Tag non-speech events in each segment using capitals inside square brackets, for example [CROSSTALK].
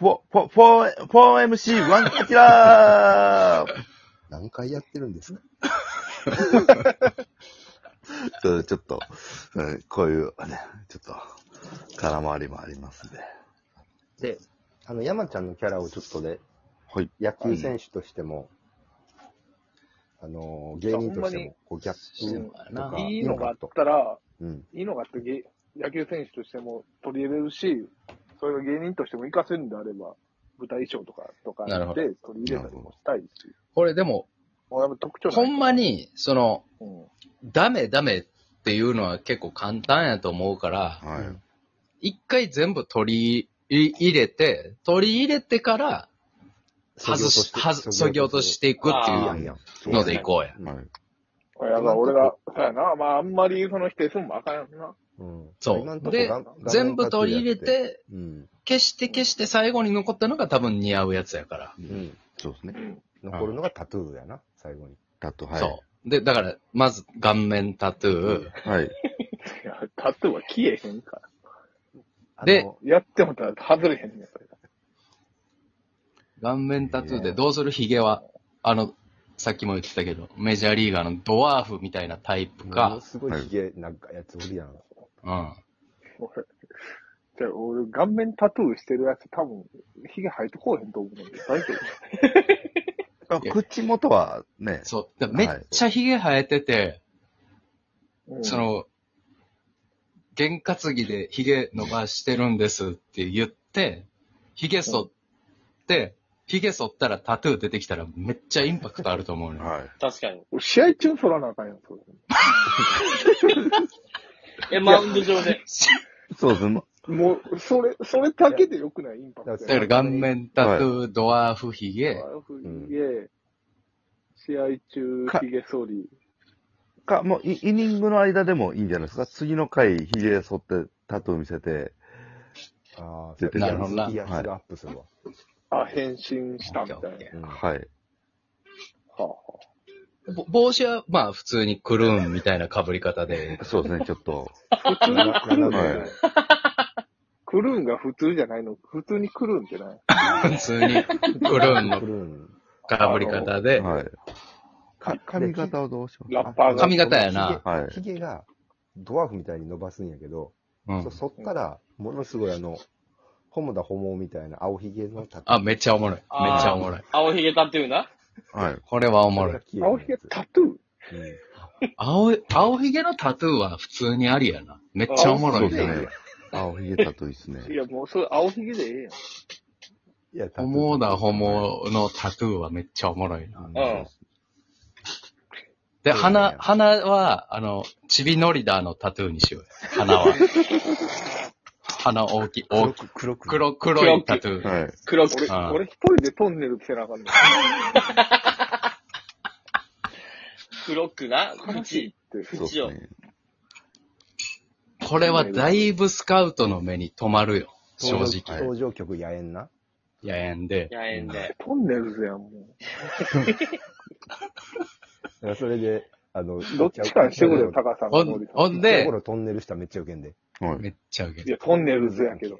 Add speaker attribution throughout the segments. Speaker 1: 4、4、4、4MC1 キラー
Speaker 2: 何回やってるんですか
Speaker 1: ちょっと、ちょっと、うんこういうね、ちょっと、空回りもありますね。
Speaker 2: で、あの、山ちゃんのキャラをちょっとで、
Speaker 1: はい。
Speaker 2: 野球選手としても、あの、芸人としても、こう、ギャップとか、
Speaker 3: いいのがあ
Speaker 2: か
Speaker 3: っ
Speaker 2: と。
Speaker 3: たら、
Speaker 2: うん。
Speaker 3: いいのがあって、げ野球選手としても取り入れるし、それが芸人としても活かせるんであれば、舞台衣装とか、とかで
Speaker 4: なるほど
Speaker 3: 取り入れたりもしたいし、
Speaker 4: これでも、
Speaker 3: もうやっぱ特徴
Speaker 4: ほんまに、その、
Speaker 3: うん
Speaker 4: ダメダメっていうのは結構簡単やと思うから、
Speaker 1: はい。
Speaker 4: 一回全部取り入れて、取り入れてから、外し、外、そぎ落としていくって
Speaker 2: い
Speaker 4: い
Speaker 2: や
Speaker 4: う
Speaker 2: いや。
Speaker 4: のでいこうや。
Speaker 1: はい。
Speaker 3: これやっぱ俺が、そうやな、まああんまりその否定するのもあかんよな。
Speaker 2: うん。
Speaker 4: そう。で、全部取り入れ、て、
Speaker 2: うん。
Speaker 4: 消して消して最後に残ったのが多分似合うやつやから。
Speaker 1: う。
Speaker 2: うんん。
Speaker 1: そうですね。
Speaker 2: 残るのがタトゥーやな、最後に。
Speaker 1: タト、はい。
Speaker 4: そう。で、だから、まず顔面タトゥー。
Speaker 1: はい。
Speaker 3: いや、タトゥーは消えへんから。
Speaker 4: で
Speaker 2: あの、
Speaker 3: やってもたら外れへんねん、それが。
Speaker 4: 顔面タトゥーでどうするヒゲは、あの、さっきも言ってたけど、メジャーリーガーのドワーフみたいなタイプ
Speaker 2: もの
Speaker 4: か、
Speaker 2: すごいヒゲなんかやつおるやん。
Speaker 4: うん。
Speaker 3: 俺、じゃあ俺、顔面タトゥーしてるやつ多分、ヒゲ生えてこうへんと思うんで、大丈夫。
Speaker 1: あ口元はね、
Speaker 4: そう。だからめっちゃヒゲ生えてて、 [LAUGHS]
Speaker 3: うん
Speaker 4: そ、の、験担ぎでヒゲ伸ばしてるんですって言って、ヒゲ剃って、ヒゲ剃ったらタトゥー出てきたらめっちゃインパクトあると思うね。
Speaker 1: はい。
Speaker 5: 確かに。
Speaker 3: 試合中に剃らなあかんやん、それ。
Speaker 5: え、マウンド上で。
Speaker 1: そうですね。
Speaker 3: もう、それ、それだけでよくないインパクト
Speaker 4: だか
Speaker 3: や
Speaker 4: ら
Speaker 3: な。
Speaker 4: 顔面タトゥー、ドワーフヒゲ、
Speaker 3: ヒゲ、試合中、ヒゲ剃り。
Speaker 1: か、もうイ、イニングの間でもいいんじゃないですか。次の回、ヒゲ剃って、タトゥー見せて、
Speaker 2: ああ、
Speaker 1: 出て
Speaker 2: る
Speaker 1: る
Speaker 2: や
Speaker 1: や
Speaker 2: つ
Speaker 1: つ
Speaker 2: がアップするわ。
Speaker 3: あ、変身したみたいな。
Speaker 4: オッケーオッケー
Speaker 2: うん
Speaker 1: はい。
Speaker 3: はあは
Speaker 4: ぼ帽子はまあ普通にクルーンみたいな被り方で、
Speaker 1: そうですね、ちょっと。
Speaker 3: あ普通にクルーン
Speaker 1: はい
Speaker 3: じゃないクルーンが普通じゃないの普通にクルーンってない
Speaker 4: 普通にクルーンの
Speaker 2: クルーン。
Speaker 4: 被り方で、
Speaker 1: はい。か
Speaker 2: で
Speaker 1: 髪型をどうします
Speaker 3: ラッパーが。
Speaker 4: 髪型やな
Speaker 1: はい
Speaker 2: ヒゲヒゲが、ドワーフみたいに伸ばすんやけど、
Speaker 4: うん
Speaker 2: そ剃ったら、ものすごいあの、ホモだホモみたいな青ひげのタトゥー。
Speaker 4: あ、めっちゃおもろい。めっちゃおもろい。
Speaker 5: 青ひげタトゥーな。
Speaker 1: はい。
Speaker 4: これはお
Speaker 2: お
Speaker 4: もろい。
Speaker 3: 青ひげタトゥー
Speaker 4: 青い、青ひげのタトゥーは普通にありやな。めっちゃおもろ
Speaker 1: そう
Speaker 4: い
Speaker 1: で
Speaker 4: な。
Speaker 1: すね。青ひげタトゥーですね。
Speaker 3: いや、もうそれ青ひげでええやん。
Speaker 2: いや、タト
Speaker 4: ホ
Speaker 2: ゥー
Speaker 4: モだホ。モのタトゥーはめっちゃおもろいな。
Speaker 5: うん。
Speaker 4: で、
Speaker 2: そうね
Speaker 4: 鼻、鼻は、あの、チビノリダーのタトゥーにしようよ。鼻は。鼻大きい、大
Speaker 2: 黒
Speaker 4: き
Speaker 2: く、
Speaker 4: い。
Speaker 2: 黒く。
Speaker 4: 黒、黒いタトゥー。
Speaker 1: はい。
Speaker 5: 黒く。
Speaker 4: あー
Speaker 3: 俺、俺一人でトンネル着てなあかんの。
Speaker 5: 黒くな。
Speaker 3: 悲しい
Speaker 5: 口。
Speaker 3: っ
Speaker 1: そ
Speaker 3: て。
Speaker 1: うです
Speaker 5: 口を。
Speaker 1: ね。
Speaker 4: これはだいぶスカウトの目に止まるよ。正直。
Speaker 2: 登場登場曲やえんな。
Speaker 4: ややんで。
Speaker 5: やえんで。
Speaker 3: トンネルズやん、も
Speaker 2: だからそれで、あの、
Speaker 3: う。どっちかにしてくれよ、
Speaker 2: タ
Speaker 3: 高さん
Speaker 4: ほ
Speaker 3: の
Speaker 4: ん
Speaker 3: 森さん。
Speaker 4: ほんで、
Speaker 2: トンネルしたらめっちゃウケんで。
Speaker 1: はい。
Speaker 4: めっちゃウケ
Speaker 3: い
Speaker 4: る。
Speaker 3: や、トンネルズやけど。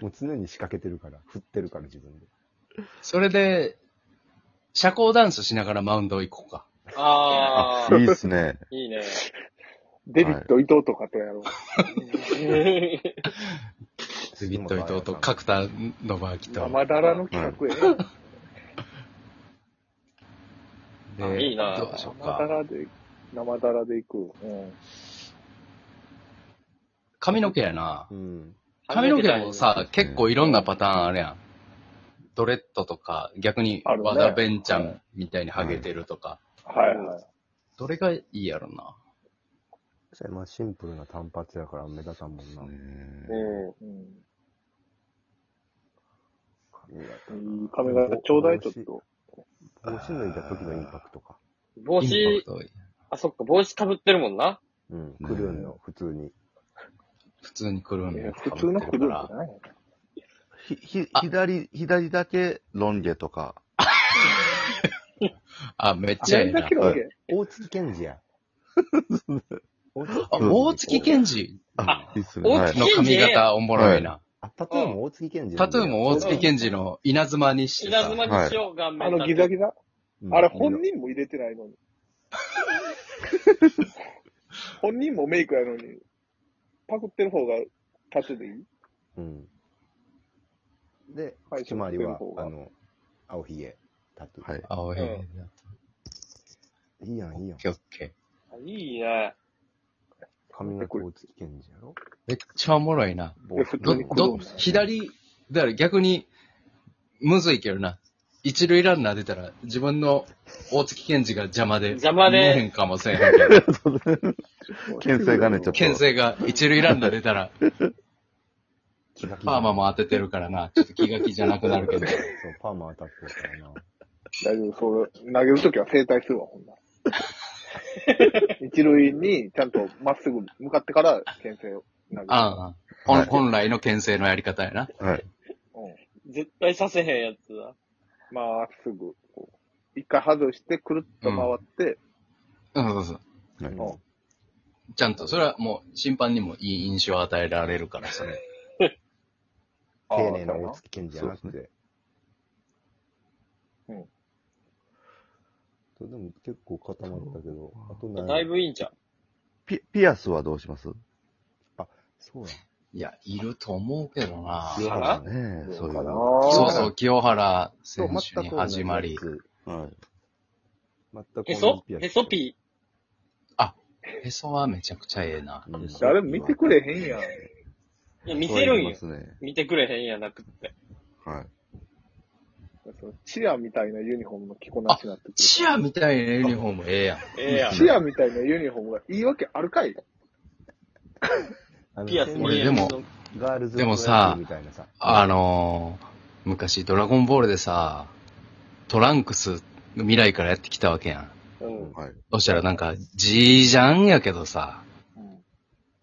Speaker 2: もう常に仕掛けてるから、振ってるから自分で。
Speaker 4: それで、社交ダンスしながらマウンド行こうか。
Speaker 5: あ
Speaker 1: い
Speaker 5: ー。
Speaker 1: いですね。
Speaker 5: いいね。
Speaker 3: デビッド伊藤とかとやろう。
Speaker 4: ズビット伊藤と角田のバーキと。
Speaker 3: 生だらの企画や。
Speaker 5: あいいな
Speaker 4: どうしよう
Speaker 3: 生だ
Speaker 4: から
Speaker 3: で、生だらで行く。うん。
Speaker 4: 髪の毛やな。
Speaker 2: うん。
Speaker 4: 髪の毛もさ、結構いろんなパターンあるやん。ドレッドとか、逆に
Speaker 3: あるね
Speaker 4: 和田弁ちゃんみたいにハゲてるとか。
Speaker 3: はいはい。
Speaker 4: どれがいいやろな。
Speaker 2: それまあシンプルな単発やから目立たんもんな。
Speaker 3: う
Speaker 2: 髪型
Speaker 3: ん。髪型ちょうだい、ちょっと。
Speaker 2: 帽子脱いだ時のインパクトか。
Speaker 5: 帽
Speaker 4: イン
Speaker 5: 子、
Speaker 4: パクト
Speaker 5: あ、そっか、帽子被ってるもんな。
Speaker 2: うん。クルーンの普通に。
Speaker 4: 普通にクルーンのやつ
Speaker 3: 普通のクルーンじゃない
Speaker 1: ひ、ひ、左、左だけロン毛とか。
Speaker 4: あ、めっちゃええ
Speaker 3: 全
Speaker 4: な
Speaker 3: だけ。のわけ。
Speaker 2: 大月健二や。大月
Speaker 4: あ、大月健二
Speaker 1: あ、いいっすね。
Speaker 5: お
Speaker 1: はい。
Speaker 4: の髪型おもろいな。
Speaker 2: あ、あ、タトゥーも大月健二な
Speaker 4: タ
Speaker 2: んだよ
Speaker 4: トゥーも大月健二の稲妻にして
Speaker 5: 稲
Speaker 4: さ、
Speaker 5: 妻にしよう、顔面
Speaker 3: あの
Speaker 5: タトゥー
Speaker 3: ギザギザ
Speaker 2: うん
Speaker 3: あれ本人も入れてないのに。本人もメイクやのに、パクってる方がタトゥーでいい
Speaker 2: うん。で、
Speaker 3: はい
Speaker 2: 口周りは
Speaker 3: そういう方、が
Speaker 2: あの、青ひげ、タトゥー。
Speaker 1: はい。
Speaker 4: 青い、
Speaker 5: うん
Speaker 2: いいやん、いいやん
Speaker 4: オッ。ケーオッケ
Speaker 5: いいね。
Speaker 2: 髪型大月健二やろ
Speaker 4: ー。めっちゃおもろいな。
Speaker 3: いや普
Speaker 4: ど
Speaker 3: 通に、
Speaker 4: ど
Speaker 3: 黒、
Speaker 4: 左、だから逆に、むずいけどな。一塁ランナー出たら、自分の大月健二が邪魔で。
Speaker 5: 邪魔で
Speaker 4: 見えへんかもせえへんけ
Speaker 5: [LAUGHS]
Speaker 4: ど。
Speaker 1: 牽制がね、ちょっと。
Speaker 4: 牽制が一塁ランナー出たら、
Speaker 2: 気が気
Speaker 4: パーマも当ててるからな。ちょっと気が気じゃなくなるけど。
Speaker 2: そう、パーマ当たってるからな。
Speaker 3: 大丈夫、そう、投げるときは正対するわ、ほんなら一塁にちゃんとまっすぐ向かってから牽制を投げる。
Speaker 4: ああ
Speaker 1: は
Speaker 4: 本
Speaker 1: い
Speaker 4: 本来の牽制のやり方やな。
Speaker 1: はい。
Speaker 3: うん
Speaker 5: 絶対させへんやつだ。
Speaker 3: まっすぐ、こう一回外して、くるっと回って、
Speaker 4: うん、そうそう。
Speaker 1: うん
Speaker 3: うん
Speaker 4: ちゃんと、それはもう審判にもいい印象を与えられるから、それ。
Speaker 3: ああ
Speaker 2: 丁寧な大月健二じゃなく
Speaker 1: そう
Speaker 2: て。
Speaker 3: すね
Speaker 2: そうでも結構固まったけど、あと何
Speaker 5: だいぶいいんちゃう
Speaker 1: ピ、ピアスはどうします
Speaker 2: そうや。
Speaker 4: いや、いると思うけどな。
Speaker 5: 清原
Speaker 1: ねえ、そういう
Speaker 2: かな
Speaker 1: の。
Speaker 4: そう
Speaker 3: う。
Speaker 4: そう、清原選
Speaker 2: と
Speaker 4: 手に始まり。
Speaker 1: はい。
Speaker 2: 全く同じ
Speaker 5: へそ
Speaker 2: ピアス
Speaker 5: へそピ
Speaker 4: へそはめちゃくちゃええな。
Speaker 2: うん
Speaker 3: 誰も見てくれへんやん。
Speaker 5: ーいや、見てる
Speaker 1: そ
Speaker 5: ん
Speaker 1: う
Speaker 5: よ
Speaker 1: で。すね。
Speaker 5: 見てくれへんやなくって。
Speaker 1: はい。
Speaker 3: そのチアみたいなユニフォームの着こなしになってくる。
Speaker 4: チアみたいなユニフォームええやん。
Speaker 5: ええやん。
Speaker 3: チアみたいなユニフォームが言い訳あるかい
Speaker 2: あの
Speaker 5: ピアスに。
Speaker 4: 俺でも
Speaker 2: ガールズ
Speaker 4: でもさ
Speaker 2: プロ野球みたいなさ、
Speaker 4: あのー、昔ドラゴンボールでさ、トランクス未来からやってきたわけやん。
Speaker 5: うん。
Speaker 1: はい。
Speaker 4: そしたらなんか、ジージャンやけどさ、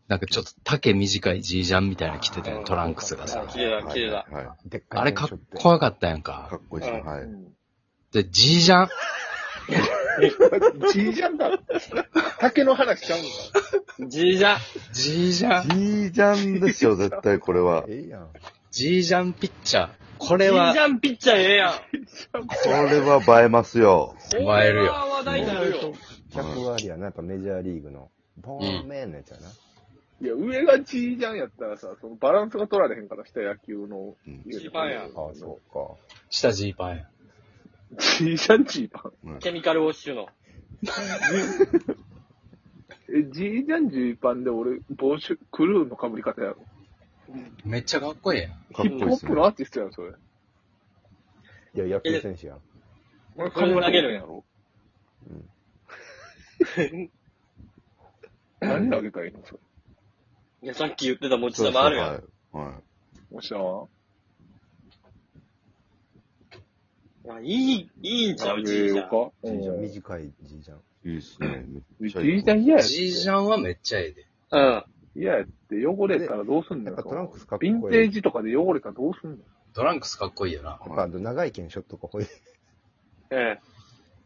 Speaker 4: なんかちょっと丈短いジージャンみたいなの着てたやん、トランクスがさ
Speaker 5: あ。綺麗だ、綺麗だ。
Speaker 1: はい。
Speaker 2: でっかい
Speaker 4: あれかっこよかったやん
Speaker 1: か
Speaker 4: か
Speaker 1: っ。こいいですね。
Speaker 5: うん
Speaker 1: はい。
Speaker 4: で、ジージャン、
Speaker 3: チージャンだ。竹の話しちゃうんか。
Speaker 5: じいじゃん。
Speaker 4: ジージャン、
Speaker 1: G ジャンですよ、絶対これ
Speaker 2: [LAUGHS]
Speaker 1: は。
Speaker 2: ええやん。
Speaker 4: ジージャンピッチャー。こ
Speaker 5: じい
Speaker 4: れ
Speaker 5: じ
Speaker 4: は、
Speaker 5: ゃんピッチャーええやん。
Speaker 1: これは映えますよ。
Speaker 4: 映える
Speaker 5: これは
Speaker 4: よ。
Speaker 5: 話題になるよ。
Speaker 2: 100割やな、やっぱメジャーリーグの。ボーンメンのやつやな。
Speaker 3: いや、上がチージャンやったらさ、そのバランスが取られへんから、下野球の
Speaker 1: うん。
Speaker 3: ユニフォーム。
Speaker 5: ジーパンやん
Speaker 2: ああ、そうか。
Speaker 4: 下ジーパンやん。
Speaker 3: チージャン、チーパン。
Speaker 1: うん
Speaker 5: ケミカルウォッシュの。
Speaker 3: え、ジージャン、ジーパンで俺、帽子、クルーの被り方やろ。
Speaker 4: めっちゃかっこええやん。
Speaker 1: かっこ
Speaker 3: ヒ
Speaker 1: い
Speaker 3: ッ
Speaker 1: い
Speaker 3: プ
Speaker 1: で
Speaker 3: ホ
Speaker 1: す
Speaker 3: ップ
Speaker 1: ね
Speaker 3: の。アーティストやん、それ。
Speaker 2: いや、野球選手やん。
Speaker 3: 俺、
Speaker 5: これ投げるんや
Speaker 3: ろ。
Speaker 2: うん。
Speaker 3: 何投げたらいいのそれ。
Speaker 5: いや、さっき言ってた持ち
Speaker 1: そう
Speaker 5: 玉あるやん。
Speaker 1: はい。はい。
Speaker 3: もしなはい
Speaker 5: や、いい、いいんちゃう、じいじゃん。
Speaker 3: ようか。
Speaker 2: じいちゃん、
Speaker 3: うん
Speaker 2: 短いじいちゃん。
Speaker 1: いいですね。めっちゃいい
Speaker 3: い。いじゃん嫌やって。
Speaker 4: ジージャンはめっちゃええで。
Speaker 5: うん。
Speaker 3: 嫌やって、汚れたらどうすんの
Speaker 2: やっ
Speaker 3: よ
Speaker 2: ぱ。トランクスかっこい
Speaker 3: ヴ
Speaker 2: い。
Speaker 3: ィンテージとかで汚れたらどうすんの
Speaker 4: トランクスかっこいいよな。
Speaker 2: やっぱあの長い剣ショットかほい。
Speaker 5: え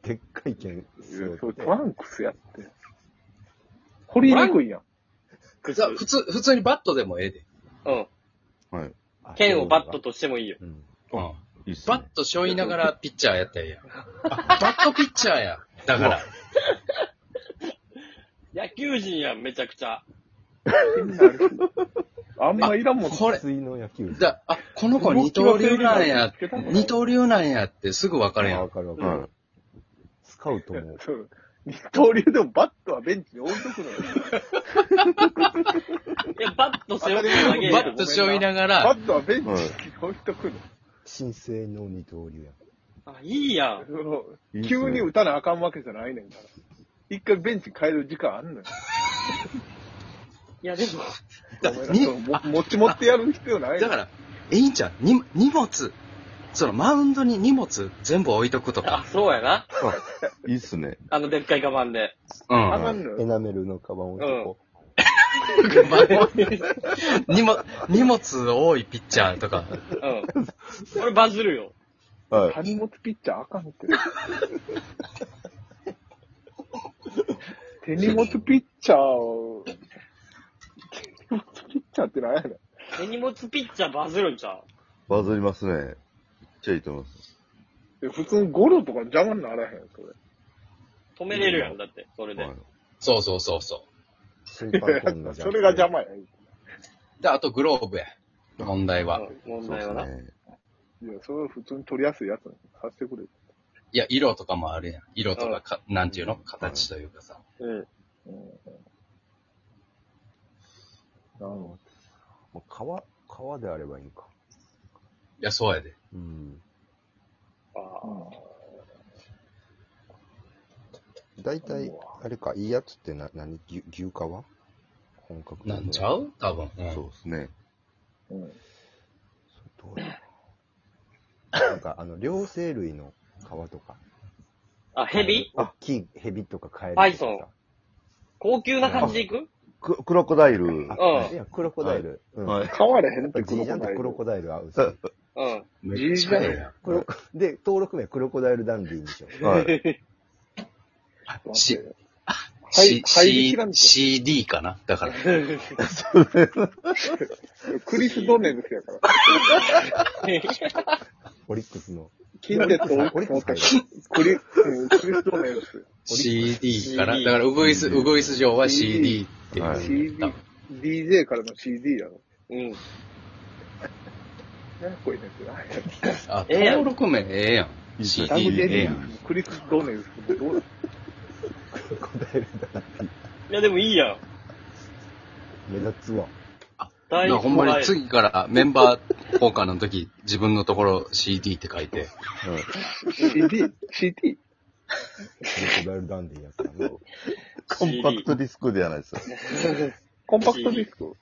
Speaker 2: でっかい剣。
Speaker 3: いや
Speaker 2: す
Speaker 3: そ
Speaker 2: ご
Speaker 3: れ
Speaker 2: い
Speaker 3: トランクスやって。掘りにくいやん。
Speaker 5: え。
Speaker 4: じゃあ普通、普通にバットでもええで。
Speaker 5: うん。
Speaker 1: はい。
Speaker 2: あ
Speaker 5: 剣をバット。としてもいいよ。
Speaker 2: うん。
Speaker 4: うん。
Speaker 1: いいっす
Speaker 4: バ
Speaker 1: ね
Speaker 4: ッ。トしょいながらピッチャーやったらええやん。あ [LAUGHS] バットピッチャーや。だから。
Speaker 5: 野球人やん、めちゃくちゃ。
Speaker 3: あんまいらんもん。
Speaker 4: これ、
Speaker 2: 水の野球。
Speaker 4: だあ、この子二刀流なんや
Speaker 3: 動き忘れるから。
Speaker 4: 二刀流なんやってすぐ分か
Speaker 2: あ
Speaker 4: るや
Speaker 2: わ
Speaker 4: ん。
Speaker 2: かるわか
Speaker 1: は
Speaker 2: る。スカウトも。
Speaker 3: そう二刀流でもバットはベンチに置いとくのよ。
Speaker 5: いや、バット背負って投げるや
Speaker 4: バ
Speaker 5: ん
Speaker 4: ッ。トしょいなが
Speaker 3: バ
Speaker 4: ら、
Speaker 3: ットはベンチに置いとくの。
Speaker 2: 新生の二刀流やん。
Speaker 5: あ、いいやん。
Speaker 3: その
Speaker 1: いいっすね
Speaker 3: 急に打たなあかんわけじゃないねんから。一回ベンチ変える時間あんのよ。
Speaker 5: いや、でも、
Speaker 4: だ
Speaker 3: お前ら
Speaker 4: に
Speaker 3: そのも持ち持ってやる必要ない
Speaker 4: だから、えいんちゃん、に荷物、そのマウンドに荷物全部置いとくと
Speaker 5: あ
Speaker 4: か、。
Speaker 5: そうやな。
Speaker 1: あいいっすね。
Speaker 5: あの、でっかいカバンで。
Speaker 4: う
Speaker 3: あ
Speaker 4: ん。
Speaker 3: かんの
Speaker 2: エ
Speaker 3: よ。
Speaker 2: ナメルのカバンをこ
Speaker 4: [LAUGHS] 荷物、荷物多いピッチャーとか。
Speaker 5: [LAUGHS] うん。俺バズるよ。
Speaker 1: はい。
Speaker 3: 金持ちピッチャーあかんって。手荷物ピッチャーを、手荷物ピッチャーってなんやねん。
Speaker 5: 手荷物ピッチャーバズるんちゃう
Speaker 1: バズりますね。めっちゃいいと思います。
Speaker 3: え普通ゴロとか邪魔にならへん、それ。
Speaker 5: 止めれるやん、だって、それで
Speaker 1: は。い
Speaker 4: そうそうそうそ
Speaker 2: 審判コンのじゃ
Speaker 3: それが邪
Speaker 2: 魔。
Speaker 3: 魔や。
Speaker 4: う。で、あとグローブや。問題は。
Speaker 5: うん問
Speaker 1: そうで
Speaker 5: 題は
Speaker 1: す
Speaker 5: な。
Speaker 1: ね。
Speaker 3: いや、それは普通に取りやすいやつにさせてくれ。
Speaker 4: いや、色とかもあるやん。色とかか、なんていうの形というかさ。
Speaker 5: う
Speaker 2: な
Speaker 5: ん。
Speaker 2: るほど。もう皮、皮であればいいんか。
Speaker 4: いや、そうやで。
Speaker 2: うん。
Speaker 5: ああ。
Speaker 2: 大体、あれか、いいやつってな、何牛、牛皮本格的
Speaker 4: なんちゃう多分。うん
Speaker 1: そうですね。
Speaker 3: うん。
Speaker 2: どうやろななんか、あの、両生類の皮とか。
Speaker 5: あ、ヘビ
Speaker 2: あの大きいヘビとかカエルとかさ。
Speaker 5: パイソン高級な感じでいく
Speaker 1: ククロコダイル。
Speaker 2: あ
Speaker 5: うん
Speaker 2: いや、クロコダイル。うん
Speaker 1: はい。
Speaker 3: 変われへん
Speaker 2: や
Speaker 3: っ
Speaker 2: っぱ
Speaker 3: て
Speaker 2: じいちゃんってクロコダイル合うし。
Speaker 5: うん。
Speaker 4: めっちゃええやん。
Speaker 2: クロコで、登録名クロコダイルダンディーでしょ。
Speaker 1: はい。
Speaker 4: し
Speaker 3: は
Speaker 4: し
Speaker 3: い、はい、知らん
Speaker 4: C- CD かなだから。
Speaker 3: クリス・ドネルスやから。
Speaker 2: オリックスの。
Speaker 3: 近鉄とオリックス持ってるクリ、うんクリス・ドネルス。
Speaker 4: CD かな
Speaker 5: CD
Speaker 4: だから、ウグイス、ウグイス城は CD
Speaker 3: CD
Speaker 4: っていう。
Speaker 1: はい
Speaker 3: CD、DJ からの CD やろ。
Speaker 5: [LAUGHS] うん。
Speaker 3: ね、こういうやつな。
Speaker 4: あ、
Speaker 5: ええやん
Speaker 4: 登録名ええやん。
Speaker 1: いいじゃん
Speaker 4: CD
Speaker 3: ダブ
Speaker 1: いい
Speaker 3: デ
Speaker 4: ええ
Speaker 3: リ
Speaker 4: やん。
Speaker 3: ー、クリス・ドネルス。どうだ
Speaker 2: クロコダイルダン
Speaker 5: いや、でもいいやん。
Speaker 2: ディー。目立つわ。
Speaker 4: だ
Speaker 5: 大
Speaker 4: からほんまに
Speaker 5: 次。
Speaker 4: 次からメンバー交換の時、自分のところ CD って書いて。
Speaker 3: CD、
Speaker 2: クロ
Speaker 3: CD。
Speaker 2: コダイルダンディーやからな。
Speaker 1: コンパクトディスクではないですよ。
Speaker 3: コンパクトディスク。